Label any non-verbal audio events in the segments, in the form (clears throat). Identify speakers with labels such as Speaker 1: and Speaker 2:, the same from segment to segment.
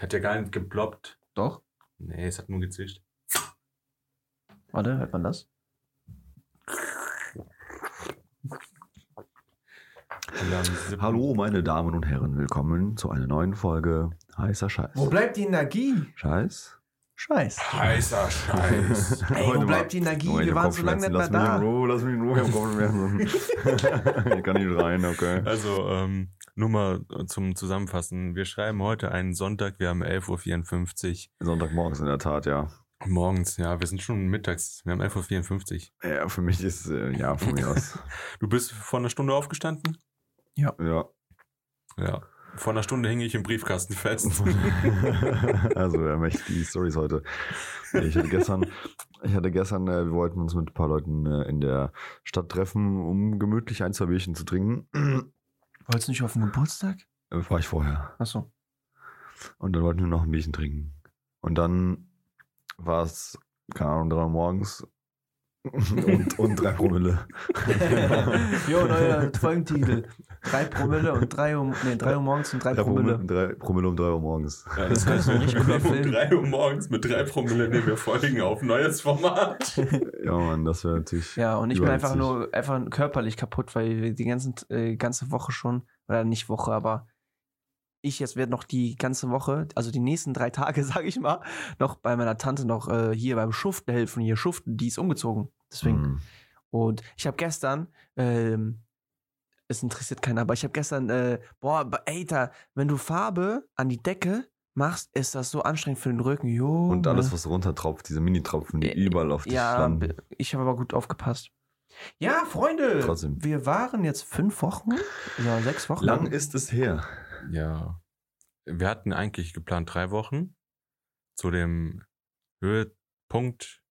Speaker 1: Hat ja gar nicht geploppt.
Speaker 2: Doch.
Speaker 1: Nee, es hat nur gezischt.
Speaker 2: Warte, hört man das?
Speaker 1: Und dann sippen-
Speaker 3: Hallo, meine Damen und Herren, willkommen zu einer neuen Folge heißer Scheiß.
Speaker 4: Wo bleibt die Energie?
Speaker 3: Scheiß?
Speaker 2: Scheiß.
Speaker 1: Heißer (laughs) Scheiß.
Speaker 4: Ey,
Speaker 3: (laughs) Heute
Speaker 4: wo
Speaker 3: mal-
Speaker 4: bleibt die Energie?
Speaker 3: Oh, ich
Speaker 4: Wir
Speaker 3: hab
Speaker 4: waren so lange nicht
Speaker 3: Kopfschmerzen.
Speaker 4: mehr
Speaker 3: Lass mich in
Speaker 4: da.
Speaker 3: Ruhe, lass mich in Ruhe, ich
Speaker 4: (laughs)
Speaker 3: hab Kopfschmerzen. (laughs) Ich kann nicht rein, okay.
Speaker 1: Also, ähm, nur mal äh, zum Zusammenfassen. Wir schreiben heute einen Sonntag, wir haben 11.54
Speaker 3: Sonntagmorgens in der Tat, ja.
Speaker 1: Uhr morgens. Ja, wir sind schon mittags. Wir haben 11.54 Uhr.
Speaker 3: Ja, für mich ist, äh, ja, von mir
Speaker 4: (laughs)
Speaker 3: aus.
Speaker 1: Du bist vor einer Stunde aufgestanden?
Speaker 3: Ja. (laughs)
Speaker 1: Ja. Vor einer Stunde hing ich im Briefkasten fest.
Speaker 3: also, wir haben echt die Stories heute. Ich hatte gestern, ich hatte gestern, äh, wir wollten uns mit ein paar Leuten äh, in der Stadt treffen, um gemütlich ein, zwei Bierchen zu trinken. (clears throat)
Speaker 2: Wolltest du nicht auf den Geburtstag?
Speaker 3: Äh, War ich vorher.
Speaker 2: Achso.
Speaker 3: (laughs) Und dann wollten wir noch ein Bierchen trinken. Und dann war es, keine Ahnung, drei Uhr morgens und, und drei Promille.
Speaker 2: (laughs) jo, neuer Folgentitel. Drei Promille und drei Uhr, nee, drei Uhr morgens und drei Promille.
Speaker 3: Drei Promille um drei Uhr morgens.
Speaker 1: Ja, das heißt, wir
Speaker 2: Richtig guter
Speaker 1: nehmen (laughs) um
Speaker 2: Film.
Speaker 1: 3 Uhr morgens mit 3 Promille nehmen wir Folgen auf. Neues Format.
Speaker 3: Ja, Mann, das wäre natürlich.
Speaker 2: Ja, und ich bin einfach
Speaker 3: Überwitzig.
Speaker 2: nur einfach körperlich kaputt, weil wir die ganzen, äh, ganze Woche schon, oder nicht Woche, aber ich jetzt werde noch die ganze Woche, also die nächsten drei Tage, (laughs) sage ich mal, noch bei meiner Tante noch äh, hier beim Schuften helfen. Hier Schuften, die ist umgezogen. Deswegen.
Speaker 3: Hm.
Speaker 2: Und ich habe gestern, ähm, es interessiert keinen, aber ich habe gestern, äh, boah, aber ey, da, wenn du Farbe an die Decke machst, ist das so anstrengend für den Rücken. Jo,
Speaker 3: Und alles,
Speaker 2: ne?
Speaker 3: was runtertropft, diese Minitropfen, die
Speaker 2: Äh,
Speaker 3: überall auf dich
Speaker 2: Ja,
Speaker 3: landen.
Speaker 2: b- ich habe aber gut aufgepasst. Ja, Freunde,
Speaker 3: Trotzdem.
Speaker 2: wir waren jetzt fünf Wochen, ja, sechs Wochen.
Speaker 3: Lang ist es her.
Speaker 1: Ja. Wir hatten eigentlich geplant drei Wochen zu dem Höhepunkt,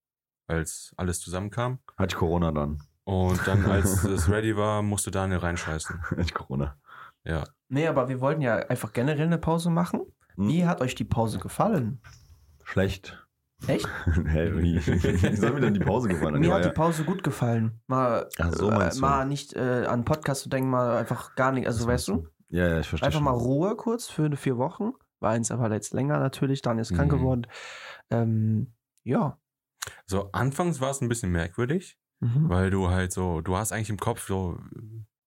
Speaker 1: als alles zusammenkam.
Speaker 3: Hatte ich Corona dann. (laughs)
Speaker 1: Und dann, als es ready war, musste Daniel reinscheißen.
Speaker 3: Hatte ich Corona.
Speaker 1: Ja.
Speaker 2: Nee, aber wir wollten ja einfach generell eine Pause machen.
Speaker 3: Hm.
Speaker 2: Wie hat euch die Pause gefallen?
Speaker 3: Schlecht. (laughs)
Speaker 2: Echt?
Speaker 3: hey, wie? (laughs) wie soll mir denn die Pause gefallen?
Speaker 2: Mir
Speaker 3: Ja,
Speaker 2: hat die
Speaker 3: ja.
Speaker 2: Pause gut gefallen. Mal,
Speaker 3: Ach, so
Speaker 2: äh,
Speaker 3: meinst du.
Speaker 2: mal nicht äh, an Podcast zu denken, mal einfach gar nicht. Also, weißt du,
Speaker 3: Ja, ja, ich verstehe.
Speaker 2: einfach
Speaker 3: schon.
Speaker 2: mal Ruhe kurz für eine vier Wochen. War eins aber jetzt länger natürlich. Daniel ist krank
Speaker 1: Mhm.
Speaker 2: geworden. Ähm, ja.
Speaker 1: So, anfangs war es ein bisschen merkwürdig,
Speaker 2: Mhm.
Speaker 1: weil du halt so, du hast eigentlich im Kopf so äh,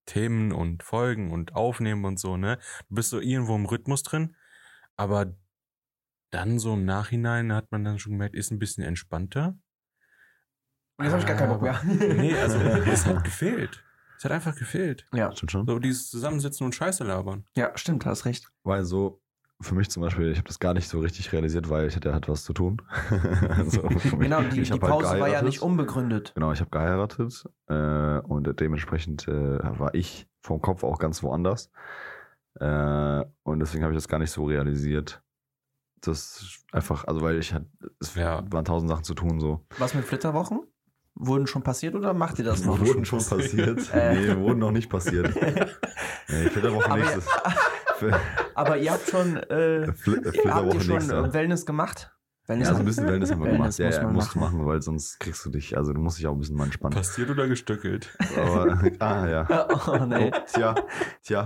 Speaker 1: Themen und Folgen und Aufnehmen und so, ne? Du bist so irgendwo im Rhythmus drin, aber dann so im Nachhinein hat man dann schon gemerkt, ist ein bisschen entspannter.
Speaker 2: Jetzt habe ich gar keinen
Speaker 3: (laughs)
Speaker 2: Bock mehr.
Speaker 1: Nee, also es hat gefehlt. Es hat einfach gefehlt.
Speaker 2: Ja.
Speaker 3: Stimmt schon.
Speaker 1: So dieses Zusammensitzen und Scheiße labern.
Speaker 2: ja, stimmt, hast recht.
Speaker 3: Weil so, für mich zum Beispiel, ich habe das gar nicht so richtig realisiert, weil ich hatte halt was zu tun. (laughs) Also
Speaker 2: (laughs)
Speaker 3: für mich-
Speaker 2: Genau, die,
Speaker 3: ich
Speaker 2: die
Speaker 3: hab halt
Speaker 2: Pause war ja
Speaker 3: geheiratet.
Speaker 2: nicht unbegründet.
Speaker 3: Genau, ich habe geheiratet äh, und dementsprechend äh, war ich vom Kopf auch ganz woanders. Äh, und deswegen habe ich das gar nicht so realisiert. Das ist einfach, also weil ich hatte, es
Speaker 1: Ja.
Speaker 3: waren tausend Sachen zu tun so.
Speaker 2: Was mit Flitterwochen? Wurden schon passiert oder macht
Speaker 3: (laughs)
Speaker 2: ihr das noch?
Speaker 3: wurden schon passiert.
Speaker 2: (laughs) Äh.
Speaker 3: Nee, wurden noch nicht
Speaker 2: (laughs)
Speaker 3: passiert. Nee, Flitterwoche
Speaker 2: Aber- (laughs)
Speaker 3: nächstes. Fl-
Speaker 2: Aber ihr habt schon, äh,
Speaker 3: Fl-
Speaker 2: habt ihr
Speaker 3: Flitterwoche
Speaker 2: schon
Speaker 3: nächster.
Speaker 2: Wellness gemacht?
Speaker 3: Ja,
Speaker 2: Wellness
Speaker 3: so ein
Speaker 2: (laughs)
Speaker 3: bisschen Wellness haben wir gemacht.
Speaker 2: Wellness
Speaker 3: Ja,
Speaker 2: muss
Speaker 3: ja,
Speaker 2: man
Speaker 3: musst du
Speaker 2: machen.
Speaker 3: machen, weil sonst kriegst du dich, also du musst dich auch ein bisschen mal entspannen.
Speaker 1: Passiert oder gestückelt?
Speaker 3: Aber, (laughs) ah, ja.
Speaker 2: (laughs) oh, nee.
Speaker 3: Oh, tja, tja,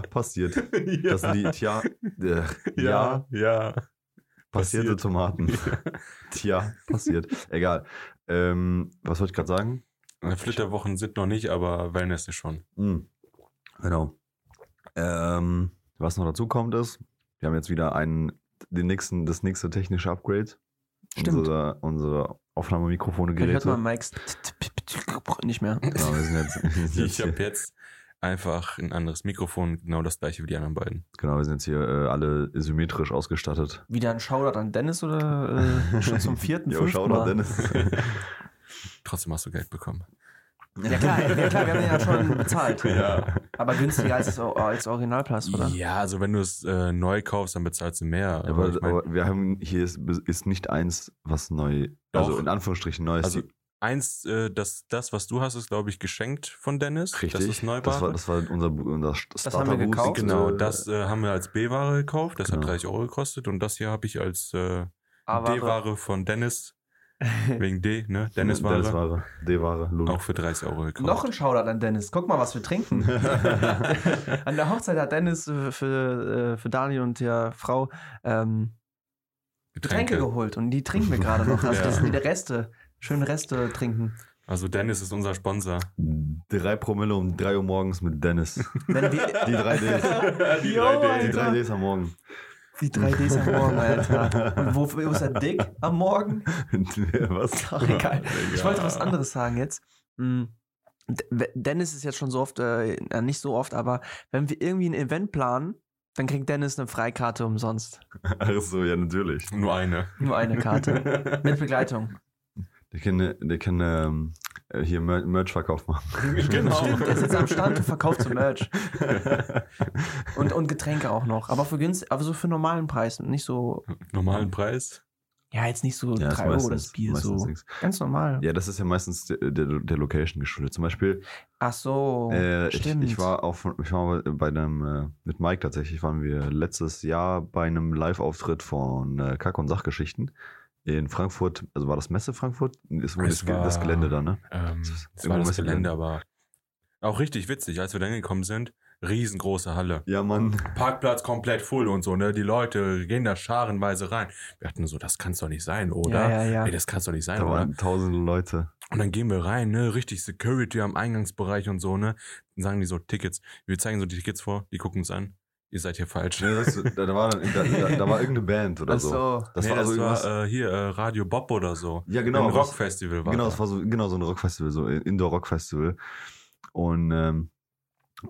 Speaker 1: (laughs)
Speaker 3: passiert.
Speaker 1: ja,
Speaker 3: Das sind die, tja, äh, ja,
Speaker 1: ja, ja.
Speaker 3: passierte
Speaker 1: passiert.
Speaker 3: Tomaten. (laughs) Tja, passiert. Egal. Ähm, was wollte ich gerade sagen?
Speaker 1: Äh, Flitterwochen sind noch nicht, aber Wellness ist schon.
Speaker 3: Hm, genau. Ähm, was noch dazu kommt ist, wir haben jetzt wieder einen, den nächsten, das nächste technische Upgrade.
Speaker 2: Stimmt.
Speaker 3: Unsere, unsere
Speaker 2: Vielleicht hört
Speaker 3: Aufnahmemikrofonegeräte.
Speaker 2: man Mikes nicht mehr.
Speaker 3: Genau, wir sind jetzt,
Speaker 2: (laughs)
Speaker 3: wir sind jetzt
Speaker 1: Ich
Speaker 3: hier,
Speaker 1: habe jetzt einfach ein anderes Mikrofon, genau das gleiche wie die anderen beiden.
Speaker 3: genau, wir sind jetzt hier äh, alle symmetrisch ausgestattet.
Speaker 2: Wieder ein Shoutout an Dennis oder äh, schon zum vierten,
Speaker 3: Jo,
Speaker 2: fünften
Speaker 3: schau doch,
Speaker 2: Mal? (laughs)
Speaker 3: Dennis.
Speaker 1: Trotzdem hast du Geld bekommen.
Speaker 2: Ja klar, ja klar, wir haben ihn ja schon
Speaker 1: (laughs)
Speaker 2: bezahlt.
Speaker 1: Ja.
Speaker 2: Aber günstiger als, das O- als Originalplatz, oder?
Speaker 1: Ja, also wenn du es äh, neu kaufst, dann bezahlst du mehr.
Speaker 3: Aber,
Speaker 1: ich mein,
Speaker 3: aber wir haben hier ist, ist nicht eins, was neu,
Speaker 1: Doch.
Speaker 3: also in Anführungsstrichen neues.
Speaker 1: also eins, äh, das, das, was du hast, ist, glaube ich, geschenkt von Dennis. Das ist Neubare.
Speaker 3: Das war, das war unser, unser Starter
Speaker 2: haben wir gekauft.
Speaker 1: genau,
Speaker 2: äh,
Speaker 1: das äh, haben wir als B-Ware gekauft. Das hat
Speaker 3: genau.
Speaker 1: 30 Euro gekostet. Und das hier habe ich als äh,
Speaker 2: Aber
Speaker 1: D-Ware von
Speaker 2: (laughs)
Speaker 1: Dennis. Wegen D, ne? Dennis-Ware.
Speaker 3: Dennis Ware. D-Ware.
Speaker 1: Auch für 30 Euro gekauft.
Speaker 2: noch ein Shoutout an Dennis. Guck mal, was wir trinken.
Speaker 1: (laughs)
Speaker 2: an der Hochzeit hat Dennis äh, für, äh, für Daniel und der Frau ähm,
Speaker 1: Getränke.
Speaker 2: Getränke geholt und die trinken wir gerade noch.
Speaker 1: (laughs)
Speaker 2: Also
Speaker 1: Ja.
Speaker 2: das sind die Reste. Schöne Reste trinken.
Speaker 1: Also Dennis ist unser Sponsor.
Speaker 3: (laughs) Drei Promille um 3 Uhr morgens mit Dennis.
Speaker 1: (laughs)
Speaker 2: Wenn wir,
Speaker 3: Die
Speaker 2: (laughs)
Speaker 3: 3Ds.
Speaker 1: Die
Speaker 2: Yo,
Speaker 1: drei
Speaker 3: Die
Speaker 1: Ds.
Speaker 2: Alter.
Speaker 3: 3Ds am
Speaker 2: (laughs)
Speaker 3: Morgen.
Speaker 2: die 3Ds am Morgen, Alter. Und wofür ist er dick am Morgen?
Speaker 3: Was?
Speaker 2: Ach, egal. Ich
Speaker 1: Ja.
Speaker 2: wollte was anderes sagen jetzt. Hm, D- Dennis ist jetzt schon so oft, äh, äh, nicht so oft, aber wenn wir irgendwie ein Event planen, dann kriegt Dennis eine Freikarte umsonst.
Speaker 3: Ach so, ja, natürlich.
Speaker 1: Nur
Speaker 2: (laughs)
Speaker 1: eine.
Speaker 2: Nur eine
Speaker 3: (laughs)
Speaker 2: Karte. Mit Begleitung.
Speaker 3: Der kann, der kann ähm, hier Mer- Merch-Verkauf machen.
Speaker 1: genau.
Speaker 2: Stimmt, der ist jetzt am Stand und verkauft (laughs) so Merch. Und, und Getränke auch noch. Aber für günst, aber so für normalen Preis. Nicht so,
Speaker 1: Normalen Preis.
Speaker 2: ja, jetzt nicht so
Speaker 3: Ja, ist
Speaker 2: 3 Euro das Bier.
Speaker 3: meistens
Speaker 2: So.
Speaker 3: nix.
Speaker 2: Ganz normal.
Speaker 3: Ja, das ist ja meistens der, der, der Location geschuldet. Zum Beispiel,
Speaker 2: Ach so.
Speaker 3: äh, ich,
Speaker 2: Oh, stimmt.
Speaker 3: ich war auf, ich war bei einem, äh, mit Mike tatsächlich, waren wir letztes Jahr bei einem Live-Auftritt von äh, Kack- und Sachgeschichten in Frankfurt. Also war das Messe Frankfurt? Ist wohl
Speaker 1: Es
Speaker 3: das, Ge- das
Speaker 1: war-
Speaker 3: Gelände da, ne?
Speaker 1: Ähm,
Speaker 3: Das ist
Speaker 1: das war
Speaker 3: irgendwo
Speaker 1: das
Speaker 3: was
Speaker 1: Gelände, aber auch richtig witzig. Als wir dann gekommen sind, riesengroße Halle.
Speaker 3: Ja, Mann.
Speaker 1: Parkplatz komplett voll und so, ne? Die Leute gehen da scharenweise rein. Wir hatten so, das kann's doch nicht sein, oder?
Speaker 2: Ja, ja,
Speaker 1: Ey,
Speaker 2: ja.
Speaker 1: das kann's doch nicht sein,
Speaker 3: Da
Speaker 1: oder?
Speaker 3: waren tausende Leute.
Speaker 1: Und dann gehen wir rein, ne? Richtig Security am Eingangsbereich und so, ne? Dann sagen die so Tickets. Wir zeigen so die Tickets vor, die gucken uns an. Ihr seid hier falsch.
Speaker 3: Ne, das, da, da, war, da, da, da war irgendeine Band oder
Speaker 2: Ach
Speaker 3: so.
Speaker 2: so.
Speaker 3: Das
Speaker 1: nee,
Speaker 3: war also
Speaker 1: es
Speaker 3: irgendwas.
Speaker 1: war äh, hier äh, Radio Bob oder so.
Speaker 3: ja, genau.
Speaker 1: Ein
Speaker 3: was-
Speaker 1: Rockfestival war
Speaker 3: Genau,
Speaker 1: das.
Speaker 3: es war so, genau so ein Rockfestival, so ein Indoor-Rockfestival. Und, ähm,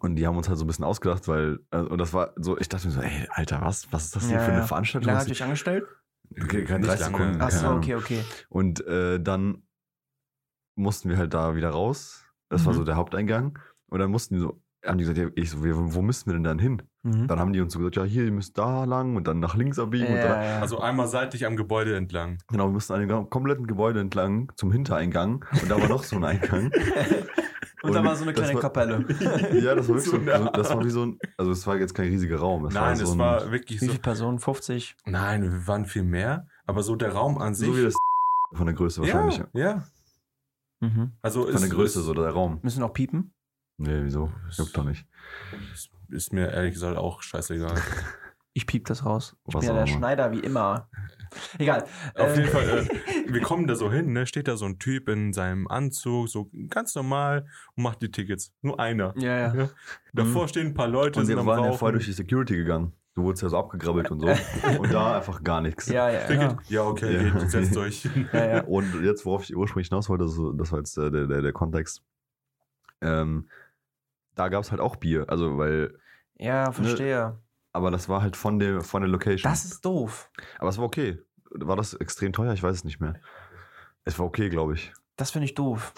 Speaker 3: und die haben uns halt so ein bisschen ausgedacht, weil, äh, und das war so, ich dachte mir so, ey, Alter, was, was ist das hier
Speaker 2: Ja,
Speaker 3: für eine
Speaker 2: ja. Wie
Speaker 3: Veranstaltung?
Speaker 2: lange
Speaker 3: Was
Speaker 2: habt ihr euch angestellt?
Speaker 3: die- okay, keine
Speaker 1: Nicht
Speaker 3: 30
Speaker 1: lange.
Speaker 3: Sekunden.
Speaker 2: Ach
Speaker 3: keine
Speaker 2: so,
Speaker 3: Ahnung.
Speaker 2: okay, okay.
Speaker 3: Und äh, dann mussten wir halt da wieder raus. Das war
Speaker 2: Mhm.
Speaker 3: so der Haupteingang. Und dann mussten die so, haben die gesagt, ja, ich so, wir, wo müssen wir denn dann hin?
Speaker 2: Mhm.
Speaker 3: Dann haben die uns so gesagt, ja, hier, ihr müsst da lang und dann nach links abbiegen. Und dann,
Speaker 2: Ja, ja.
Speaker 1: Also einmal seitlich am Gebäude entlang.
Speaker 3: Genau, wir mussten an dem gam- kompletten Gebäude entlang zum Hintereingang und da war noch so ein Eingang.
Speaker 2: und da war so eine
Speaker 3: das
Speaker 2: kleine
Speaker 3: war-
Speaker 2: Kapelle.
Speaker 3: (laughs) Ja, das war wirklich
Speaker 1: So
Speaker 3: so,
Speaker 1: eine
Speaker 3: also, das war wie so ein, also es war jetzt kein riesiger Raum. Es war
Speaker 1: Nein,
Speaker 3: so
Speaker 1: es
Speaker 3: ein,
Speaker 1: war wirklich
Speaker 2: Wie
Speaker 1: so.
Speaker 2: viele Personen? 50?
Speaker 1: Nein, wir waren viel mehr. Aber so der Raum an sich.
Speaker 3: so wie das von der Größe
Speaker 1: ja,
Speaker 3: wahrscheinlich.
Speaker 1: ja. Also
Speaker 3: Von der
Speaker 1: ist-
Speaker 3: Größe
Speaker 1: ist-
Speaker 3: so, der Raum.
Speaker 2: Müssen auch piepen?
Speaker 3: Nee, wieso?
Speaker 1: Ist-
Speaker 3: Juckt doch nicht.
Speaker 1: ist- Ist mir ehrlich gesagt auch scheißegal.
Speaker 2: Ich piep das raus. Ich
Speaker 3: Was
Speaker 2: bin ja
Speaker 3: auch
Speaker 2: der
Speaker 3: immer.
Speaker 2: Schneider, wie immer. Egal.
Speaker 1: Auf
Speaker 2: Ähm,
Speaker 1: jeden Fall, äh, wir kommen da so hin, ne? Steht da so ein Typ in seinem Anzug, so ganz normal und macht die Tickets. Nur einer.
Speaker 2: Ja, ja.
Speaker 1: Davor stehen ein paar Leute,
Speaker 3: Und wir
Speaker 1: am
Speaker 3: waren ja
Speaker 1: Rauchen.
Speaker 3: vorher durch die Security gegangen. Du wurdest ja so abgegrabbelt
Speaker 1: (laughs)
Speaker 3: und so. Und da einfach gar nichts.
Speaker 2: Mhm. Ja, ja,
Speaker 1: Ticket.
Speaker 2: ja.
Speaker 1: Ja, okay,
Speaker 3: Ja.
Speaker 1: geht,
Speaker 3: (laughs)
Speaker 1: setzt euch.
Speaker 2: ja, ja.
Speaker 3: Und jetzt, worauf ich ursprünglich hinaus wollte, so- das war jetzt äh, der, der, der Kontext. Ähm, da gab es halt auch Bier. Also, weil,
Speaker 2: ja verstehe.
Speaker 3: aber das war halt von der, von der Location.
Speaker 2: Das ist doof.
Speaker 3: Aber es war okay. War das extrem teuer? Ich weiß es nicht mehr. Es war okay, glaube ich.
Speaker 2: Das finde ich doof.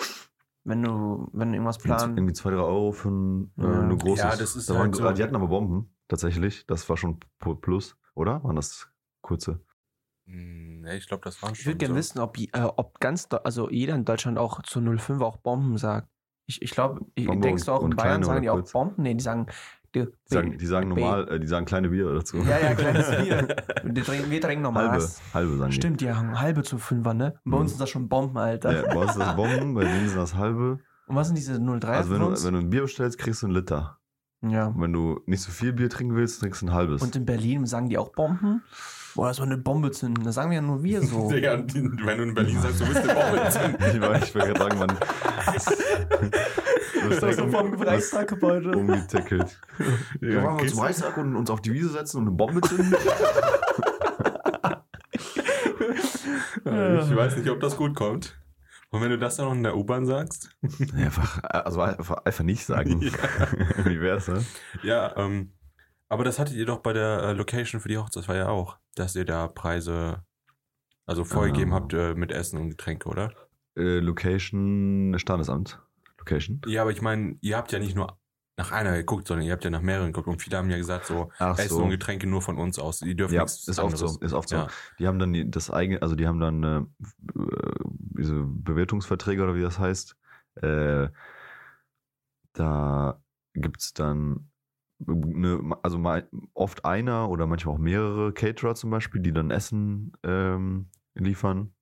Speaker 2: Wenn du, wenn du irgendwas planst.
Speaker 3: Irgendwie 2, 3 Euro für ein äh,
Speaker 2: Ja.
Speaker 3: eine große.
Speaker 1: Ja, das ist
Speaker 3: da
Speaker 1: halt
Speaker 3: waren,
Speaker 1: so-
Speaker 3: Die hatten aber Bomben, tatsächlich. Das war schon pu- Plus, oder? Waren das kurze?
Speaker 1: (laughs) Hm, Nee, ich glaube, das waren schon
Speaker 2: Ich würde gerne
Speaker 1: so.
Speaker 2: wissen, ob, je- äh, ob ganz, Deu- also jeder in Deutschland auch zu 05 auch Bomben sagt. Ich, ich glaube, ich,
Speaker 3: Bombe
Speaker 2: denkst du auch
Speaker 3: und
Speaker 2: in Bayern
Speaker 3: kleine
Speaker 2: sagen
Speaker 3: oder
Speaker 2: die auch
Speaker 3: kurz?
Speaker 2: Bomben? Nee, die sagen. Die,
Speaker 3: Die sagen, die sagen
Speaker 2: B.
Speaker 3: normal, äh, die sagen kleine Biere dazu.
Speaker 2: Ja, ja, kleines Bier. Wir trinken, wir trinken normal.
Speaker 3: (laughs) halbe, halbe sagen
Speaker 2: Stimmt, die haben halbe zu Fünfer, ne? Und Bei
Speaker 3: Mhm.
Speaker 2: uns ist das schon Bomben,
Speaker 3: die.
Speaker 2: Alter.
Speaker 3: Ja, bei uns ist das Bomben, bei denen sind das halbe.
Speaker 2: Und was sind diese 03
Speaker 3: Also wenn
Speaker 2: von
Speaker 3: du,
Speaker 2: uns?
Speaker 3: wenn du ein Bier bestellst, kriegst du einen Liter.
Speaker 2: ja.
Speaker 3: Und wenn du nicht so viel Bier trinken willst, trinkst du ein halbes. (laughs)
Speaker 2: Und in Berlin sagen die auch Bomben? Boah, das war eine Bombe zünden. Das sagen wir ja nur
Speaker 3: (laughs)
Speaker 2: wir so.
Speaker 1: (laughs) Digga, die- wenn du in Berlin sagst, du bist im Bobbelzimmer.
Speaker 3: ich war, ich war gerade sagen, man. Das (laughs)
Speaker 2: Reichstaggebäude.
Speaker 3: umgetackelt.
Speaker 1: Ja, geht's-
Speaker 3: Reichstag und uns auf die Wiese setzen und eine Bombe zünden. (laughs)
Speaker 1: Ich weiß nicht, ob das gut kommt. Und wenn du das dann noch in der U-Bahn sagst?
Speaker 3: einfach, also einfach, einfach
Speaker 1: (laughs)
Speaker 3: nicht sagen. (laughs) Wie wär's, ne?
Speaker 1: Ja, ähm, aber das hattet ihr doch bei der äh, Location für die Hochzeitsfeier auch, dass ihr da Preise, also vorgegeben
Speaker 3: Ah.
Speaker 1: habt äh, mit Essen und Getränke, oder?
Speaker 3: Äh, Location, Standesamt. Location.
Speaker 1: Ja, aber ich meine, ihr habt ja nicht nur nach einer geguckt, sondern ihr habt ja nach mehreren geguckt und viele haben ja gesagt, so
Speaker 3: Ach
Speaker 1: Essen und Getränke nur von uns aus. Die dürfen
Speaker 3: Ja,
Speaker 1: nichts
Speaker 3: ist oft so.
Speaker 1: anderes.
Speaker 3: Ist oft so.
Speaker 1: Ja.
Speaker 3: Die haben dann die- das eigene, also die haben dann äh, äh, diese Bewertungsverträge oder wie das heißt. Äh, da gibt es dann eine, also mal oft einer oder manchmal auch mehrere Caterer zum Beispiel, die dann Essen ähm, liefern.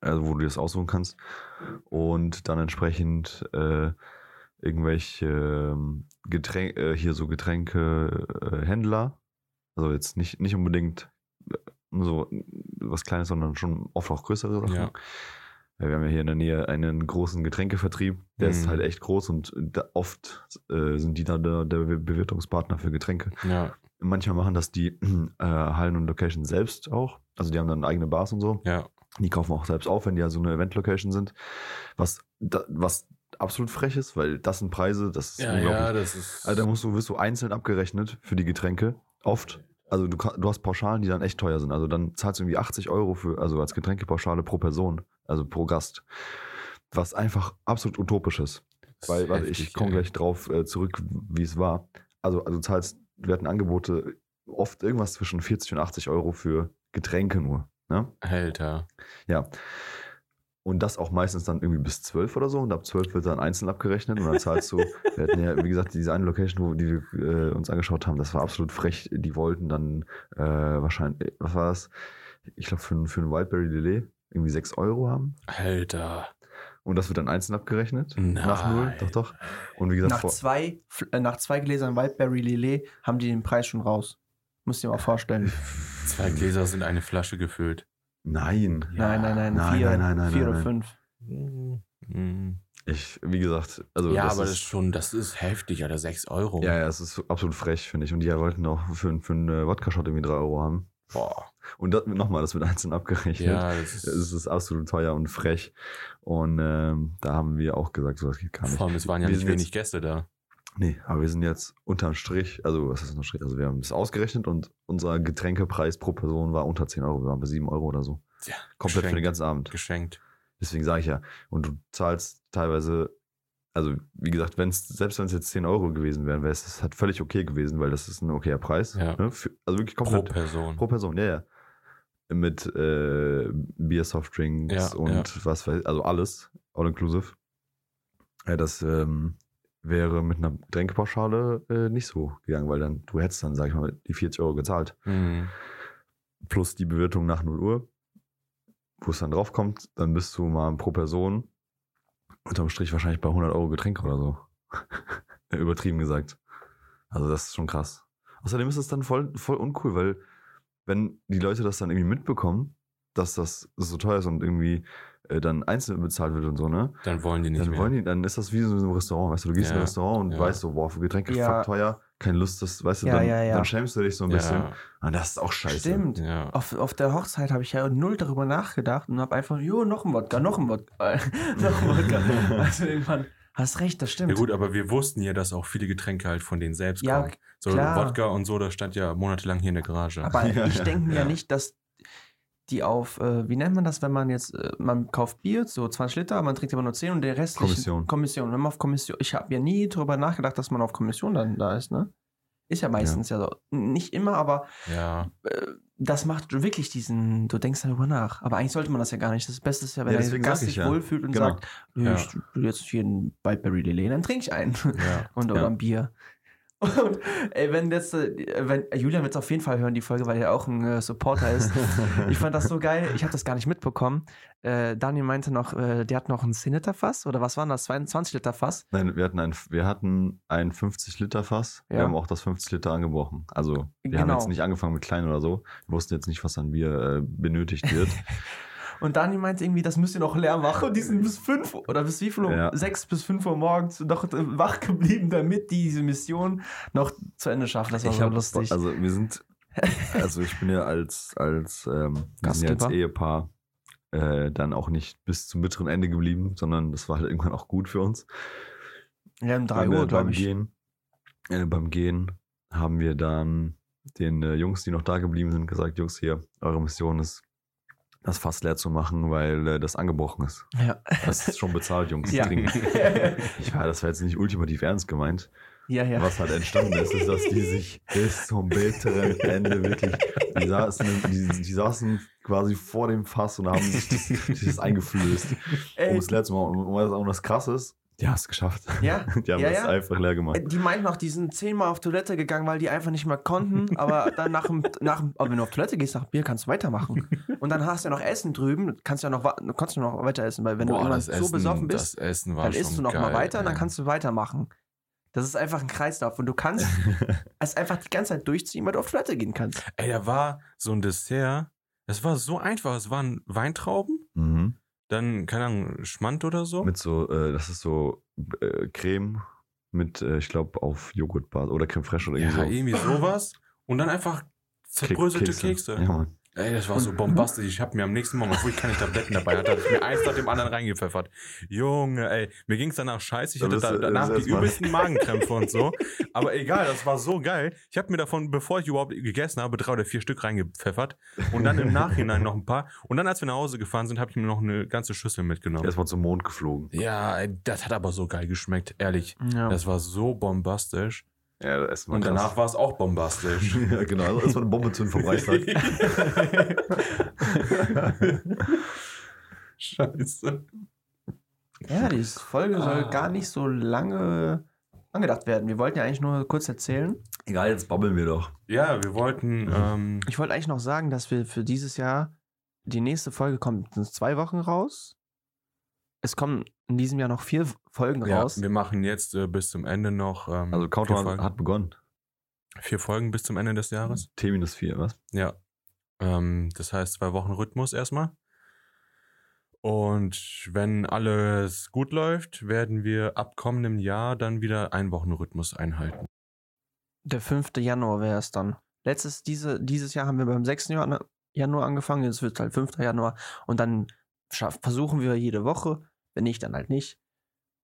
Speaker 3: Also wo du das aussuchen kannst. Und dann entsprechend äh, irgendwelche ähm, Getränk, äh, hier so Getränkehändler. Äh, Händler. also jetzt nicht, nicht unbedingt so was Kleines, sondern schon oft auch größere Sachen.
Speaker 1: Ja.
Speaker 3: Ja, Wir haben ja hier in der Nähe einen großen Getränkevertrieb, der ist
Speaker 1: Mhm.
Speaker 3: halt echt groß und da oft äh, sind die da der, der Be- Bewirtungspartner für Getränke.
Speaker 1: Ja,
Speaker 3: Manchmal machen das die (clears throat) äh, Hallen und Locations selbst auch. Also die haben dann eigene Bars und so.
Speaker 1: ja,
Speaker 3: Die kaufen auch selbst auf, wenn die ja so eine Event-Location sind. Was, da, was absolut frech ist, weil das sind Preise, das ist
Speaker 1: ja,
Speaker 3: unglaublich.
Speaker 1: ja, das ist.
Speaker 3: Also da musst du, wirst du einzeln abgerechnet für die Getränke. Oft. Also du, ka- du hast Pauschalen, die dann echt teuer sind. Also dann zahlst du irgendwie 80 Euro für, also als Getränkepauschale pro Person, also pro Gast. Was einfach absolut utopisch ist.
Speaker 1: das
Speaker 3: Weil,
Speaker 1: ist
Speaker 3: warte, ich
Speaker 1: heftig,
Speaker 3: komme
Speaker 1: ey.
Speaker 3: gleich drauf äh, zurück, wie es war. Also, also du zahlst, wir hatten Angebote, oft irgendwas zwischen 40 und 80 Euro für Getränke nur. Ne?
Speaker 1: Alter.
Speaker 3: Ja. Und das auch meistens dann irgendwie bis 12 oder so. Und ab 12 wird dann einzeln abgerechnet. Und dann
Speaker 1: (laughs)
Speaker 3: zahlst du, wir hatten ja, wie gesagt, diese eine Location, wo, die wir äh, uns angeschaut haben, das war absolut frech. Die wollten dann äh, wahrscheinlich, was war das? Ich glaube, für, ein- für ein Wildberry Delay irgendwie 6 Euro haben.
Speaker 1: Alter.
Speaker 3: Und das wird dann einzeln abgerechnet. Nach
Speaker 1: Nein.
Speaker 3: null, doch, doch. Und wie gesagt,
Speaker 2: Nach
Speaker 3: vor-
Speaker 2: zwei, Fl- äh, nach zwei Gläsern Wildberry Lillet haben die den Preis schon raus. Müsst ihr mal vorstellen.
Speaker 1: Zwei
Speaker 3: Hm.
Speaker 1: Gläser sind eine Flasche gefüllt.
Speaker 3: Nein.
Speaker 2: Nein, nein, nein.
Speaker 3: Nein,
Speaker 2: vier,
Speaker 3: nein, nein, nein,
Speaker 2: vier
Speaker 3: nein,
Speaker 2: oder
Speaker 3: nein.
Speaker 2: fünf.
Speaker 1: Mhm. Mhm.
Speaker 3: Ich, wie gesagt, also
Speaker 1: ja,
Speaker 3: das
Speaker 1: aber
Speaker 3: ist,
Speaker 1: das ist schon, das ist heftig, Alter. Sechs Euro.
Speaker 3: Ja, ja, es ist absolut frech, finde ich. Und die wollten auch für, für einen äh, Wodka-Shot irgendwie 3 Euro haben.
Speaker 1: Boah.
Speaker 3: Und das- nochmal, das wird einzeln abgerechnet.
Speaker 1: Ja, das ist,
Speaker 3: Es ist absolut teuer und frech. Und ähm, da haben wir auch gesagt, so das geht gar nicht.
Speaker 1: vor allem, es waren ja
Speaker 3: Wir
Speaker 1: nicht
Speaker 3: sind jetzt-
Speaker 1: wenig Gäste da.
Speaker 3: Nee, aber wir sind jetzt unterm Strich, also was ist unterm Strich? Also wir haben das ausgerechnet und unser Getränkepreis pro Person war unter 10 Euro. Wir waren bei 7 Euro oder so.
Speaker 1: Tja,
Speaker 3: Komplett für den
Speaker 1: geschenkt.
Speaker 3: ganzen Abend.
Speaker 1: Geschenkt.
Speaker 3: Deswegen sage ich ja. Und du zahlst teilweise, also wie gesagt, wenn's, selbst wenn es jetzt 10 Euro gewesen wären, wäre es halt völlig okay gewesen, weil das ist ein okayer Preis.
Speaker 1: Ja.
Speaker 3: Ne? Für, also wirklich
Speaker 1: Pro
Speaker 3: komplett pro,
Speaker 1: Person.
Speaker 3: Person, ja, ja. Mit äh, Bier, Softdrinks
Speaker 1: Ja,
Speaker 3: und was weiß also alles, all inclusive. Ja, das ähm, wäre mit einer Getränkepauschale äh, nicht so gegangen, weil dann, du hättest dann, sag ich mal, die 40 Euro gezahlt
Speaker 1: Mhm.
Speaker 3: plus die Bewirtung nach 0 Uhr, wo es dann drauf kommt, dann bist du mal pro Person unterm Strich wahrscheinlich bei 100 Euro Getränke oder so. (laughs) Übertrieben gesagt. Also das ist schon krass. Außerdem ist es dann voll, voll uncool, weil wenn die Leute das dann irgendwie mitbekommen, dass das so teuer ist und irgendwie äh, dann einzeln bezahlt wird und so, ne?
Speaker 1: Dann wollen die nicht
Speaker 3: Dann
Speaker 1: mehr.
Speaker 3: wollen die, dann ist das wie so in einem Restaurant, weißt du, du gehst in
Speaker 1: Ja,
Speaker 3: ein Restaurant und
Speaker 1: ja.
Speaker 3: weißt so, boah, für Getränke
Speaker 2: Ja.
Speaker 3: fuck teuer, keine Lust, das, weißt du,
Speaker 2: Ja,
Speaker 3: dann,
Speaker 2: ja, ja.
Speaker 3: dann schämst du dich so ein bisschen.
Speaker 1: ja,
Speaker 3: Und das ist auch scheiße.
Speaker 2: Stimmt.
Speaker 1: ja.
Speaker 2: Auf, auf der Hochzeit habe ich ja null darüber nachgedacht und habe einfach, jo, noch ein Wodka, noch ein Wodka, (laughs) noch
Speaker 3: (laughs)
Speaker 2: ein Wodka. Also irgendwann, hast recht, das stimmt.
Speaker 1: Ja gut, aber wir wussten ja, dass auch viele Getränke halt von denen selbst
Speaker 2: Ja,
Speaker 1: kommen. So
Speaker 2: klar.
Speaker 1: Wodka und so, das stand ja monatelang hier in der Garage.
Speaker 2: Aber
Speaker 3: (laughs) Ja,
Speaker 2: ich
Speaker 3: ja,
Speaker 2: denke mir ja
Speaker 1: ja.
Speaker 2: nicht, dass die auf, äh, wie nennt man das, wenn man jetzt, äh, man kauft Bier, so 20 Liter, man trinkt aber nur 10 und der Rest
Speaker 3: Kommission.
Speaker 2: Kommission. Wenn man auf Kommission, ich habe ja nie drüber nachgedacht, dass man auf Kommission dann da ist, ne? Ist ja meistens ja, so. Nicht immer, aber
Speaker 1: ja,
Speaker 2: äh, das macht wirklich diesen, du denkst darüber nach. Aber eigentlich sollte man das ja gar nicht. Das Beste ist ja, wenn
Speaker 3: Ja,
Speaker 2: der
Speaker 3: deswegen
Speaker 2: Gast
Speaker 3: sag
Speaker 2: sich
Speaker 3: ich ja.
Speaker 2: wohlfühlt und
Speaker 3: Genau.
Speaker 2: sagt, "Nö,
Speaker 1: Ja.
Speaker 2: ich will jetzt hier ein Wildberry Lillet, dann trinke ich einen
Speaker 1: ja.
Speaker 2: und oder
Speaker 3: Ja.
Speaker 2: ein Bier. Und ey, wenn jetzt, äh, wenn Julian wird es auf jeden Fall hören, die Folge, weil er auch ein äh, Supporter
Speaker 3: (laughs)
Speaker 2: ist. Ich fand das so geil, ich habe das gar nicht mitbekommen. Äh, Daniel meinte noch, äh, der hat noch ein 10-Liter-Fass oder was waren das? 22-Liter-Fass?
Speaker 3: Nein, wir hatten ein, wir hatten ein 50-Liter-Fass.
Speaker 2: Ja.
Speaker 3: Wir haben auch das 50-Liter angebrochen. Also, wir haben
Speaker 2: Genau.
Speaker 3: jetzt nicht angefangen mit klein oder so. Wir wussten jetzt nicht, was an Bier äh, benötigt wird.
Speaker 2: Und Daniel meinte irgendwie, das müsst ihr noch leer machen. Und die sind bis 5 oder bis wie viel Uhr?
Speaker 3: Ja.
Speaker 2: 6 bis 5 Uhr morgens noch äh, wach geblieben, damit die diese Mission noch zu Ende schaffen. (laughs) Das war so
Speaker 3: hab-
Speaker 2: lustig.
Speaker 3: Also, wir
Speaker 2: (laughs)
Speaker 3: sind, also ich bin ja als, als, ähm, wir sind ja als
Speaker 2: Gastgeber.
Speaker 3: Ehepaar äh, dann auch nicht bis zum bitteren Ende geblieben, sondern das war halt irgendwann auch gut für uns.
Speaker 2: ja, um 3
Speaker 3: Beim, äh,
Speaker 2: Uhr,
Speaker 3: beim
Speaker 2: glaube ich.
Speaker 3: Gehen, äh, beim Gehen haben wir dann den äh, Jungs, die noch da geblieben sind, gesagt, Jungs, hier, eure Mission ist, das Fass leer zu machen, weil äh, das angebrochen ist.
Speaker 2: Ja.
Speaker 3: Das ist schon bezahlt, Jungs.
Speaker 2: Ja. (laughs)
Speaker 3: trinken. Ich war, das war jetzt nicht ultimativ ernst gemeint.
Speaker 2: ja, ja.
Speaker 3: Was halt entstanden ist, ist, dass die sich bis zum bitteren Ende wirklich, die saßen, die, die saßen quasi vor dem Fass und haben sich das, das eingeflößt. Um
Speaker 2: Ey,
Speaker 3: es leer zu machen. Und was auch das krass ist, die haben es geschafft. (laughs)
Speaker 2: ja.
Speaker 3: Die haben
Speaker 2: Ja,
Speaker 3: das
Speaker 2: ja.
Speaker 3: einfach leer gemacht.
Speaker 2: Äh, Die meinten auch, die sind zehnmal auf Toilette gegangen, weil die einfach nicht mehr konnten. Aber dann nach dem, nach dem aber wenn du auf Toilette gehst, nach dem Bier kannst du weitermachen. Und dann hast du ja noch Essen drüben, kannst ja noch, wa- kannst du noch weiter essen, weil (laughs) wenn
Speaker 1: Boah,
Speaker 2: du irgendwann
Speaker 1: das
Speaker 2: so
Speaker 1: Essen,
Speaker 2: besoffen bist,
Speaker 1: das Essen war
Speaker 2: dann
Speaker 1: schon
Speaker 2: isst du noch
Speaker 1: geil,
Speaker 2: mal weiter und dann
Speaker 1: ey.
Speaker 2: kannst du weitermachen. Das ist einfach ein Kreislauf und
Speaker 1: (laughs)
Speaker 2: du kannst es einfach die ganze Zeit durchziehen, weil du auf Toilette gehen kannst.
Speaker 1: Ey, da war so ein Dessert, Das war so einfach. Es waren Weintrauben,
Speaker 3: Mhm.
Speaker 1: dann, keine Ahnung, Schmand oder so.
Speaker 3: Mit so, äh, das ist so äh, Creme mit, äh, ich glaube, auf Joghurtbasis oder Creme Fraiche oder
Speaker 1: ja, eh,
Speaker 3: irgendwie
Speaker 1: irgendwie sowas. Und dann einfach
Speaker 3: so.
Speaker 1: zerbröselte
Speaker 3: Kek-
Speaker 1: Kekse.
Speaker 3: Ja, Mann.
Speaker 1: Ey, das war so
Speaker 3: hm?
Speaker 1: bombastisch. Ich habe mir am nächsten Morgen, obwohl ich keine Tabletten dabei hatte, habe ich mir eins nach dem anderen reingepfeffert. Junge, ey, mir ging's danach scheiße. Ich
Speaker 3: Da
Speaker 1: hatte
Speaker 3: bist
Speaker 1: da,
Speaker 3: du-
Speaker 1: danach
Speaker 3: das
Speaker 1: die
Speaker 3: ist erstmal-
Speaker 1: übelsten Magenkrämpfe und
Speaker 3: (laughs)
Speaker 1: so. Aber egal, das war so geil. Ich habe mir davon, bevor ich überhaupt gegessen habe, drei oder vier Stück reingepfeffert. Und
Speaker 3: (laughs)
Speaker 1: dann im Nachhinein noch ein paar. Und dann, als wir nach Hause gefahren sind, habe ich mir noch eine ganze Schüssel mitgenommen.
Speaker 3: Erstmal zum Mond geflogen.
Speaker 1: Ja, ey, das hat aber so geil geschmeckt, ehrlich.
Speaker 2: Ja.
Speaker 1: Das war so bombastisch.
Speaker 3: Ja, erstmal.
Speaker 1: Und danach war es auch bombastisch.
Speaker 3: (laughs) ja, genau, also erstmal eine Bombe zünden
Speaker 1: (laughs)
Speaker 3: vom Reichstag.
Speaker 1: Scheiße.
Speaker 2: Ja, die Folge soll
Speaker 1: Ah.
Speaker 2: gar nicht so lange angedacht werden. Wir wollten ja eigentlich nur kurz erzählen.
Speaker 3: Egal, jetzt babbeln wir doch.
Speaker 1: Ja, wir wollten. Ähm,
Speaker 2: Ich wollte eigentlich noch sagen, dass wir für dieses Jahr die nächste Folge kommt in zwei Wochen raus. Es kommen in diesem Jahr noch vier Folgen
Speaker 1: ja,
Speaker 2: raus.
Speaker 1: wir machen jetzt äh, bis zum Ende noch. Ähm,
Speaker 3: Also
Speaker 1: vier
Speaker 3: Countdown
Speaker 1: Folgen,
Speaker 3: hat begonnen.
Speaker 1: vier Folgen bis zum Ende des Jahres.
Speaker 3: T minus 4, was?
Speaker 1: Ja. Ähm, das heißt, zwei Wochen Rhythmus erstmal. Und wenn alles gut läuft, werden wir ab kommendem Jahr dann wieder einen Wochenrhythmus einhalten.
Speaker 2: Der 5. Januar wäre es dann. Letztes, diese, dieses Jahr haben wir beim 6. Januar- Januar angefangen, jetzt wird es halt 5. Januar. Und dann schaff, versuchen wir jede Woche. Wenn nicht, dann halt nicht.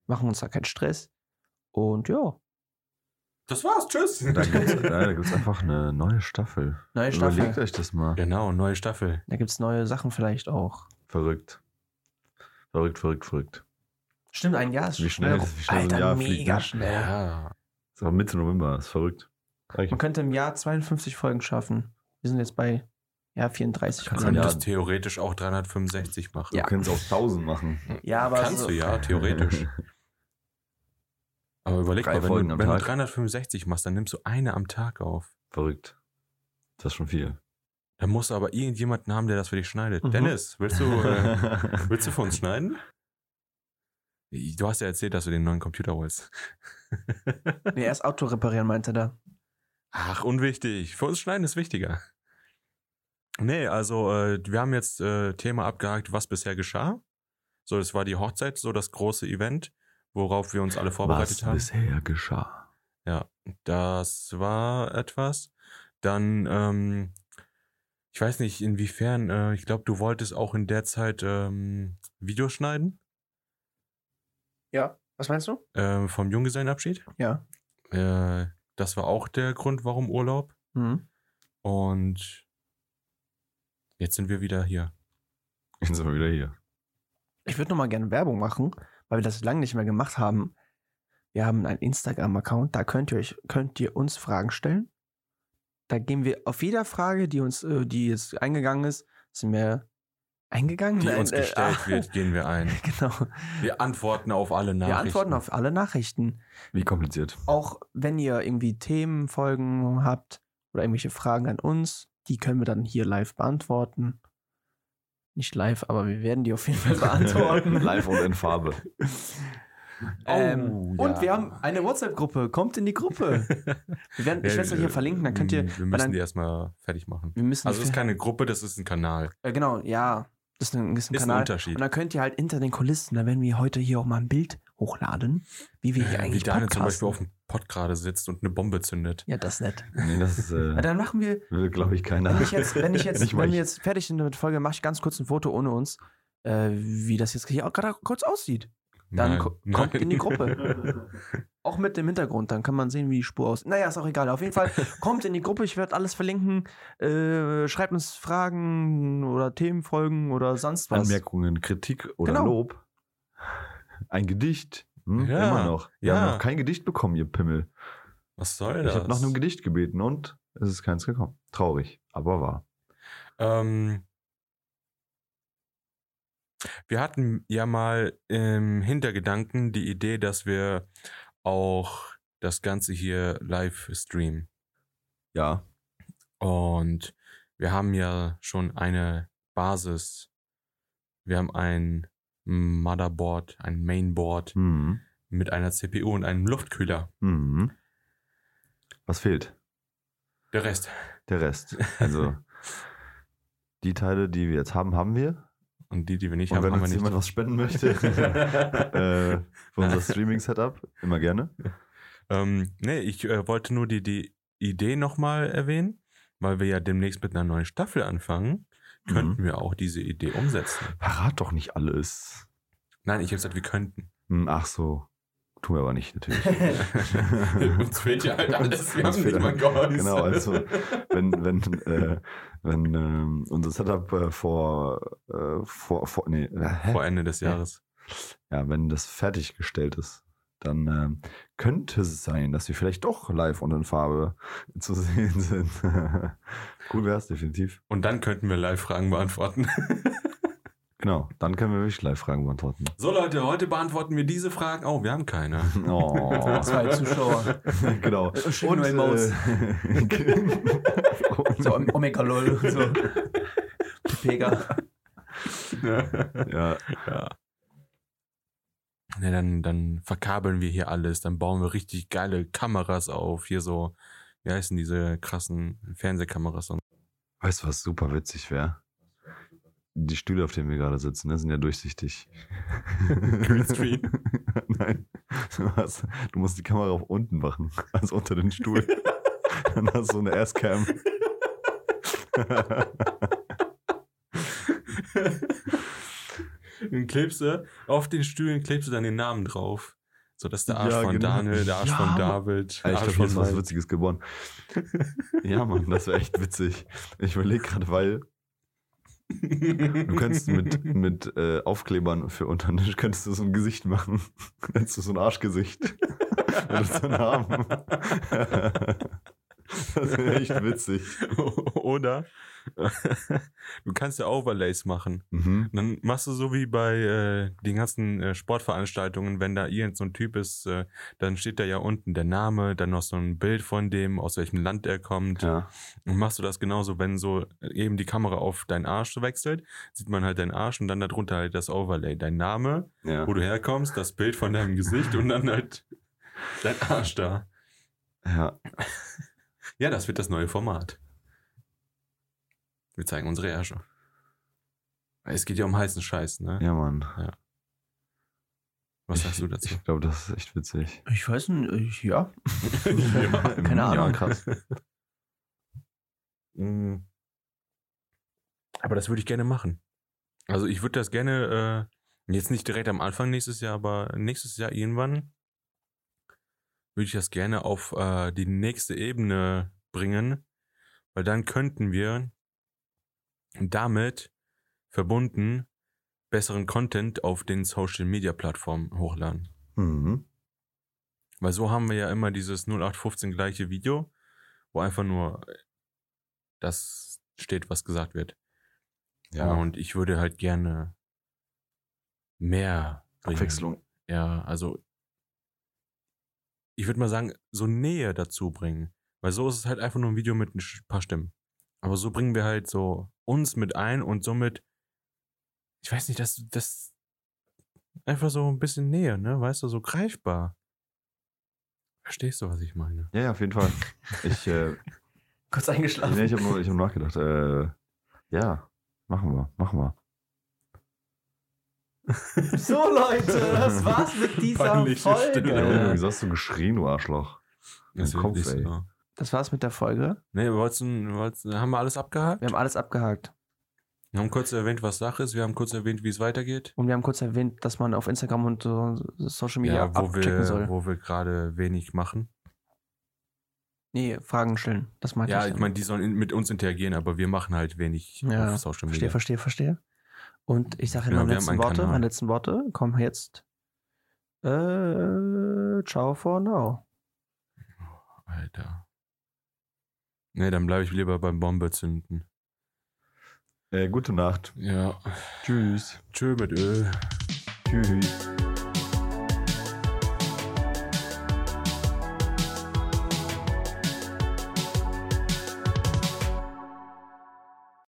Speaker 2: Machen uns da keinen Stress. Und ja,
Speaker 1: Das war's, tschüss. (laughs)
Speaker 3: Da gibt's, äh, da gibt's einfach eine neue Staffel.
Speaker 2: neue Staffel.
Speaker 3: Überlegt euch das mal.
Speaker 1: Genau, neue Staffel.
Speaker 2: Da gibt es neue Sachen vielleicht auch.
Speaker 3: Verrückt. Verrückt, verrückt, verrückt.
Speaker 2: Stimmt, ein Jahr ist
Speaker 3: Wie schnell-
Speaker 2: rum.
Speaker 3: wie schnell so ein
Speaker 2: Alter,
Speaker 3: Jahr
Speaker 2: mega
Speaker 3: fliegt, ne?
Speaker 2: schnell.
Speaker 3: Ist aber Mitte November, ist verrückt. Sag ich.
Speaker 2: Man könnte im Jahr 52 Folgen schaffen. Wir sind jetzt bei ja, 34.
Speaker 1: Du
Speaker 3: Kannst
Speaker 2: Folgen.
Speaker 3: du
Speaker 1: könntest theoretisch auch 365 machen.
Speaker 3: Du kannst auch 1000 machen.
Speaker 2: Ja, aber
Speaker 1: Kannst
Speaker 2: so-
Speaker 1: du
Speaker 3: (laughs)
Speaker 1: ja, theoretisch. Aber überleg
Speaker 3: Drei
Speaker 1: mal, wenn,
Speaker 3: Folgen
Speaker 1: du,
Speaker 3: am
Speaker 1: wenn du
Speaker 3: Tag.
Speaker 1: 365 machst, dann nimmst du eine am Tag auf.
Speaker 3: Verrückt. Das ist schon viel.
Speaker 1: Dann musst du aber irgendjemanden haben, der das für dich schneidet.
Speaker 2: Mhm.
Speaker 1: Dennis, willst du, äh, (laughs)
Speaker 3: (laughs)
Speaker 1: willst du für uns schneiden? Du hast ja erzählt, dass du den neuen Computer holst.
Speaker 2: Nee, erst Auto reparieren, meinte er.
Speaker 1: Ach, unwichtig. Für uns schneiden ist wichtiger. Nee, also äh, wir haben jetzt äh, Thema abgehakt, was bisher geschah. So, das war die Hochzeit, so das große Event, worauf wir uns alle vorbereitet
Speaker 3: Was
Speaker 1: haben.
Speaker 3: bisher geschah.
Speaker 1: Das war etwas. Dann, ähm, ich weiß nicht, inwiefern, äh, ich glaube, du wolltest auch in der Zeit ähm, Videos schneiden
Speaker 2: Ja, was meinst du?
Speaker 1: äh, vom Junggesellenabschied.
Speaker 2: Ja.
Speaker 1: Äh, das war auch der Grund, warum Urlaub.
Speaker 2: Mhm.
Speaker 1: Und jetzt sind wir wieder hier.
Speaker 3: Jetzt sind wir wieder hier.
Speaker 2: Ich würde nochmal gerne Werbung machen, weil wir das lange nicht mehr gemacht haben. Wir haben einen Instagram-Account, da könnt ihr, euch, könnt ihr uns Fragen stellen. Da geben wir auf jeder Frage, die uns, äh, die jetzt eingegangen ist, sind wir eingegangen?
Speaker 1: Die
Speaker 2: Nein,
Speaker 1: uns
Speaker 2: äh,
Speaker 1: gestellt wird, gehen wir ein.
Speaker 2: (laughs) Genau.
Speaker 1: Wir antworten auf alle Nachrichten.
Speaker 2: Wir antworten auf alle Nachrichten.
Speaker 3: Wie kompliziert.
Speaker 2: auch wenn ihr irgendwie Themenfolgen habt oder irgendwelche Fragen an uns, die können wir dann hier live beantworten. Nicht live, aber wir werden die auf jeden
Speaker 1: (laughs)
Speaker 2: Fall beantworten.
Speaker 3: (laughs) Live und in Farbe.
Speaker 2: (laughs) Ähm,
Speaker 1: Oh,
Speaker 2: Und
Speaker 1: ja. (laughs)
Speaker 2: wir haben eine WhatsApp-Gruppe. Kommt in die Gruppe. Wir werden, ich werde es euch hier verlinken, dann könnt ihr.
Speaker 1: Wir
Speaker 2: weil dann-
Speaker 1: müssen die erstmal fertig machen.
Speaker 2: Wir müssen
Speaker 1: Mhm. Also es ist keine Gruppe, das ist ein Kanal.
Speaker 2: äh, genau, ja. Das ist ein, ist ein
Speaker 1: Ist ein
Speaker 2: Kanal.
Speaker 1: Unterschied.
Speaker 2: Und dann könnt ihr halt hinter den Kulissen, dann werden wir heute hier auch mal ein Bild hochladen, wie wir hier
Speaker 1: Äh,
Speaker 2: eigentlich
Speaker 1: Wie Daniel zum
Speaker 2: podcasten.
Speaker 1: Beispiel auf dem Pott gerade sitzt und eine Bombe zündet.
Speaker 2: Ja, das ist nett.
Speaker 3: Nee, das ist,
Speaker 2: Ja,
Speaker 3: äh,
Speaker 2: dann machen wir
Speaker 3: will, glaube ich, keiner.
Speaker 2: Wenn ich jetzt, wenn (laughs) ich jetzt,
Speaker 3: Nicht mal
Speaker 2: wenn
Speaker 3: ich.
Speaker 2: wir jetzt fertig sind mit der Folge, mache ich ganz kurz ein Foto ohne uns, äh, wie das jetzt hier auch gerade kurz aussieht. Dann ko- kommt in die Gruppe. (laughs) Auch mit dem Hintergrund, dann kann man sehen, wie die Spur aussieht. Naja, ist auch egal. Auf jeden Fall kommt in die Gruppe, ich werde alles verlinken. Äh, schreibt uns Fragen oder Themenfolgen oder sonst was.
Speaker 3: Anmerkungen, Kritik oder
Speaker 2: Genau.
Speaker 3: Lob. Ein Gedicht. Hm?
Speaker 1: Ja,
Speaker 3: Immer noch. Wir
Speaker 1: ja.
Speaker 3: haben noch kein Gedicht bekommen, ihr Pimmel.
Speaker 1: (laughs) Was soll das?
Speaker 3: Ich habe nach einem Gedicht gebeten und es ist keins gekommen. Traurig, aber wahr.
Speaker 1: ähm, wir hatten ja mal im Hintergedanken die Idee, dass wir auch das Ganze hier live streamen.
Speaker 3: Ja.
Speaker 1: Und wir haben ja schon eine Basis. Wir haben ein Motherboard, ein Mainboard
Speaker 3: Mhm.
Speaker 1: mit einer CPU und einem Luftkühler.
Speaker 3: Mhm. Was fehlt?
Speaker 1: Der Rest.
Speaker 3: Der Rest. Also, die Teile, die wir jetzt haben, haben wir.
Speaker 1: Und die, die wir nicht
Speaker 3: Und
Speaker 1: haben,
Speaker 3: wenn
Speaker 1: haben wir
Speaker 3: uns
Speaker 1: nicht.
Speaker 3: jemand was spenden möchte
Speaker 1: (laughs)
Speaker 3: (laughs) äh, für unser Streaming-Setup, immer gerne. (laughs)
Speaker 1: Ähm, nee, ich äh, wollte nur die, die Idee nochmal erwähnen, weil wir ja demnächst mit einer neuen Staffel anfangen,
Speaker 3: Mhm.
Speaker 1: könnten wir auch diese Idee umsetzen.
Speaker 3: Verrat doch nicht alles.
Speaker 1: Nein, ich habe gesagt, wir
Speaker 3: (laughs)
Speaker 1: könnten.
Speaker 3: Hm, Ach so. Tun wir aber nicht, natürlich.
Speaker 1: (laughs) Uns fehlt ja halt alles, wir
Speaker 3: Uns
Speaker 1: haben
Speaker 3: fehlt
Speaker 1: nicht mal
Speaker 3: alles.
Speaker 1: geholfen.
Speaker 3: Genau, also wenn, wenn, äh, wenn ähm, unser Setup äh, vor, äh, vor, vor, nee, äh,
Speaker 1: (laughs)
Speaker 3: hä?
Speaker 1: Vor Ende des Jahres.
Speaker 3: ja, wenn das fertiggestellt ist, dann ähm, könnte es sein, dass wir vielleicht doch live und in Farbe (laughs) zu sehen sind. (laughs) cool wäre es, definitiv.
Speaker 1: Und dann könnten wir Live-Fragen beantworten. (laughs)
Speaker 3: Genau, dann können wir wirklich Live-Fragen
Speaker 2: (laughs)
Speaker 3: beantworten.
Speaker 1: So Leute, heute beantworten wir diese Fragen. Oh, wir haben keine.
Speaker 3: Oh,
Speaker 2: Zwei Zuschauer.
Speaker 3: (laughs)
Speaker 2: äh,
Speaker 3: genau.
Speaker 2: Schön neue Maus.
Speaker 3: äh, (laughs)
Speaker 2: So Omega LOL. So. (laughs) Pega.
Speaker 3: ja,
Speaker 1: Ne, dann, dann verkabeln wir hier alles, dann bauen wir richtig geile Kameras auf, hier so, wie heißen diese krassen Fernsehkameras und
Speaker 3: weißt du, was super witzig wäre? Die Stühle, auf denen wir gerade sitzen, ne, sind ja durchsichtig.
Speaker 1: Greenscreen.
Speaker 3: (laughs) Nein. Du, hast, du musst die Kamera auf unten machen, also unter den
Speaker 2: (laughs)
Speaker 3: Stuhl. Dann hast du eine Asscam.
Speaker 1: (laughs) Dann klebst du, auf den Stühlen klebst du dann den Namen drauf. So, dass der Arsch
Speaker 3: Ja,
Speaker 1: von
Speaker 3: genau.
Speaker 1: Daniel, der Arsch
Speaker 3: Ja,
Speaker 1: von
Speaker 3: Mann.
Speaker 1: David, der
Speaker 3: Ey, Ich glaube,
Speaker 1: Arsch
Speaker 3: hier ist
Speaker 1: von
Speaker 3: was
Speaker 1: Mike.
Speaker 3: Witziges geboren. Ja, Mann, das wäre echt witzig. Ich überlege gerade, weil du könntest mit, mit äh, Aufklebern für unter den Tisch könntest du so ein Gesicht machen. (laughs) Hättest du so ein Arschgesicht. (laughs) Würdest du einen haben. (laughs) Das wäre echt witzig.
Speaker 1: (laughs) Oder du kannst ja Overlays machen.
Speaker 3: Mhm.
Speaker 1: Und Dann machst du so wie bei äh, den ganzen äh, Sportveranstaltungen, wenn da irgend so ein Typ ist, äh, dann steht da ja unten der Name, dann noch so ein Bild von dem, aus welchem Land er kommt.
Speaker 3: Ja.
Speaker 1: Und machst du das genauso, wenn so äh, eben die Kamera auf deinen Arsch wechselt, sieht man halt deinen Arsch und dann darunter halt das Overlay, dein Name,
Speaker 3: ja.
Speaker 1: wo du herkommst, das Bild von deinem Gesicht und dann halt (laughs) dein Arsch da.
Speaker 3: ja.
Speaker 1: Ja, das wird das neue Format. Wir zeigen unsere Ärsche. Es geht ja um heißen Scheiß, ne?
Speaker 3: Ja, Mann.
Speaker 1: Was
Speaker 3: Ich-
Speaker 1: sagst du dazu? (laughs)
Speaker 3: Ich glaube, das ist echt witzig.
Speaker 2: Ich weiß nicht, ich, ja. keine
Speaker 3: (laughs) Ja,
Speaker 2: Ahnung.
Speaker 3: krass.
Speaker 1: Mm. Aber das würde ich gerne machen. Also ich würde das gerne, äh, jetzt nicht direkt am Anfang nächstes Jahr, aber nächstes Jahr irgendwann würde ich das gerne auf äh, die nächste Ebene bringen, weil dann könnten wir damit verbunden besseren Content auf den Social-Media-Plattformen hochladen.
Speaker 3: Mhm.
Speaker 1: Weil so haben wir ja immer dieses 0815 gleiche Video, wo einfach nur äh, das steht, was gesagt wird. Ja.
Speaker 3: Ja.
Speaker 1: Und ich würde halt gerne mehr bringen.
Speaker 3: Abwechslung.
Speaker 1: Ja, also ich würde mal sagen, so Nähe dazu bringen. Weil so ist es halt einfach nur ein Video mit ein sch- paar Stimmen. Aber so bringen wir halt so uns mit ein und somit, ich weiß nicht, das, das einfach so ein bisschen Nähe, ne? Weißt du, so greifbar. Verstehst du, was ich meine?
Speaker 3: Ja, ja, auf jeden Fall. Ich, (laughs) äh,
Speaker 2: Kurz eingeschlafen.
Speaker 3: nee, ich habe nur, ich hab nur nachgedacht. Äh, ja, machen wir, machen wir.
Speaker 2: So Leute, das war's mit dieser
Speaker 1: Peinliche
Speaker 3: Ja,
Speaker 1: Stille.
Speaker 2: Folge.
Speaker 3: Junge, wieso hast du geschrien, du Arschloch?
Speaker 1: Das
Speaker 3: Im
Speaker 1: wird
Speaker 3: Kopf,
Speaker 1: nicht
Speaker 3: ey.
Speaker 1: so.
Speaker 2: Das war's mit der Folge.
Speaker 1: Nee, wolltest, du- wolltest, haben wir alles abgehakt?
Speaker 2: Wir haben alles abgehakt.
Speaker 1: Wir haben kurz erwähnt, was Sache ist. Wir haben kurz erwähnt, wie es weitergeht.
Speaker 2: Und wir haben kurz erwähnt, dass man auf Instagram und so Social Media
Speaker 1: Ja, wo
Speaker 2: abchecken soll.
Speaker 1: wir, wo wir gerade wenig machen.
Speaker 2: Nee, Fragen stellen. Das meinte
Speaker 1: Ja,
Speaker 2: ich.
Speaker 1: ich meine, die sollen in, mit uns interagieren, aber wir machen halt wenig
Speaker 2: Ja,
Speaker 1: auf Social Media.
Speaker 2: verstehe, verstehe, verstehe. Und ich sage
Speaker 1: Ja,
Speaker 2: ja,
Speaker 1: Genau,
Speaker 2: meine
Speaker 1: wir haben
Speaker 2: letzten
Speaker 1: einen
Speaker 2: Worte,
Speaker 1: Kanal.
Speaker 2: meine letzten Worte kommen jetzt. Äh, ciao for now.
Speaker 1: Alter. Nee, dann bleibe ich lieber beim Bombe zünden.
Speaker 3: Äh, gute Nacht.
Speaker 1: Ja.
Speaker 3: Tschüss.
Speaker 1: Tschö mit Öl.
Speaker 3: Tschüss.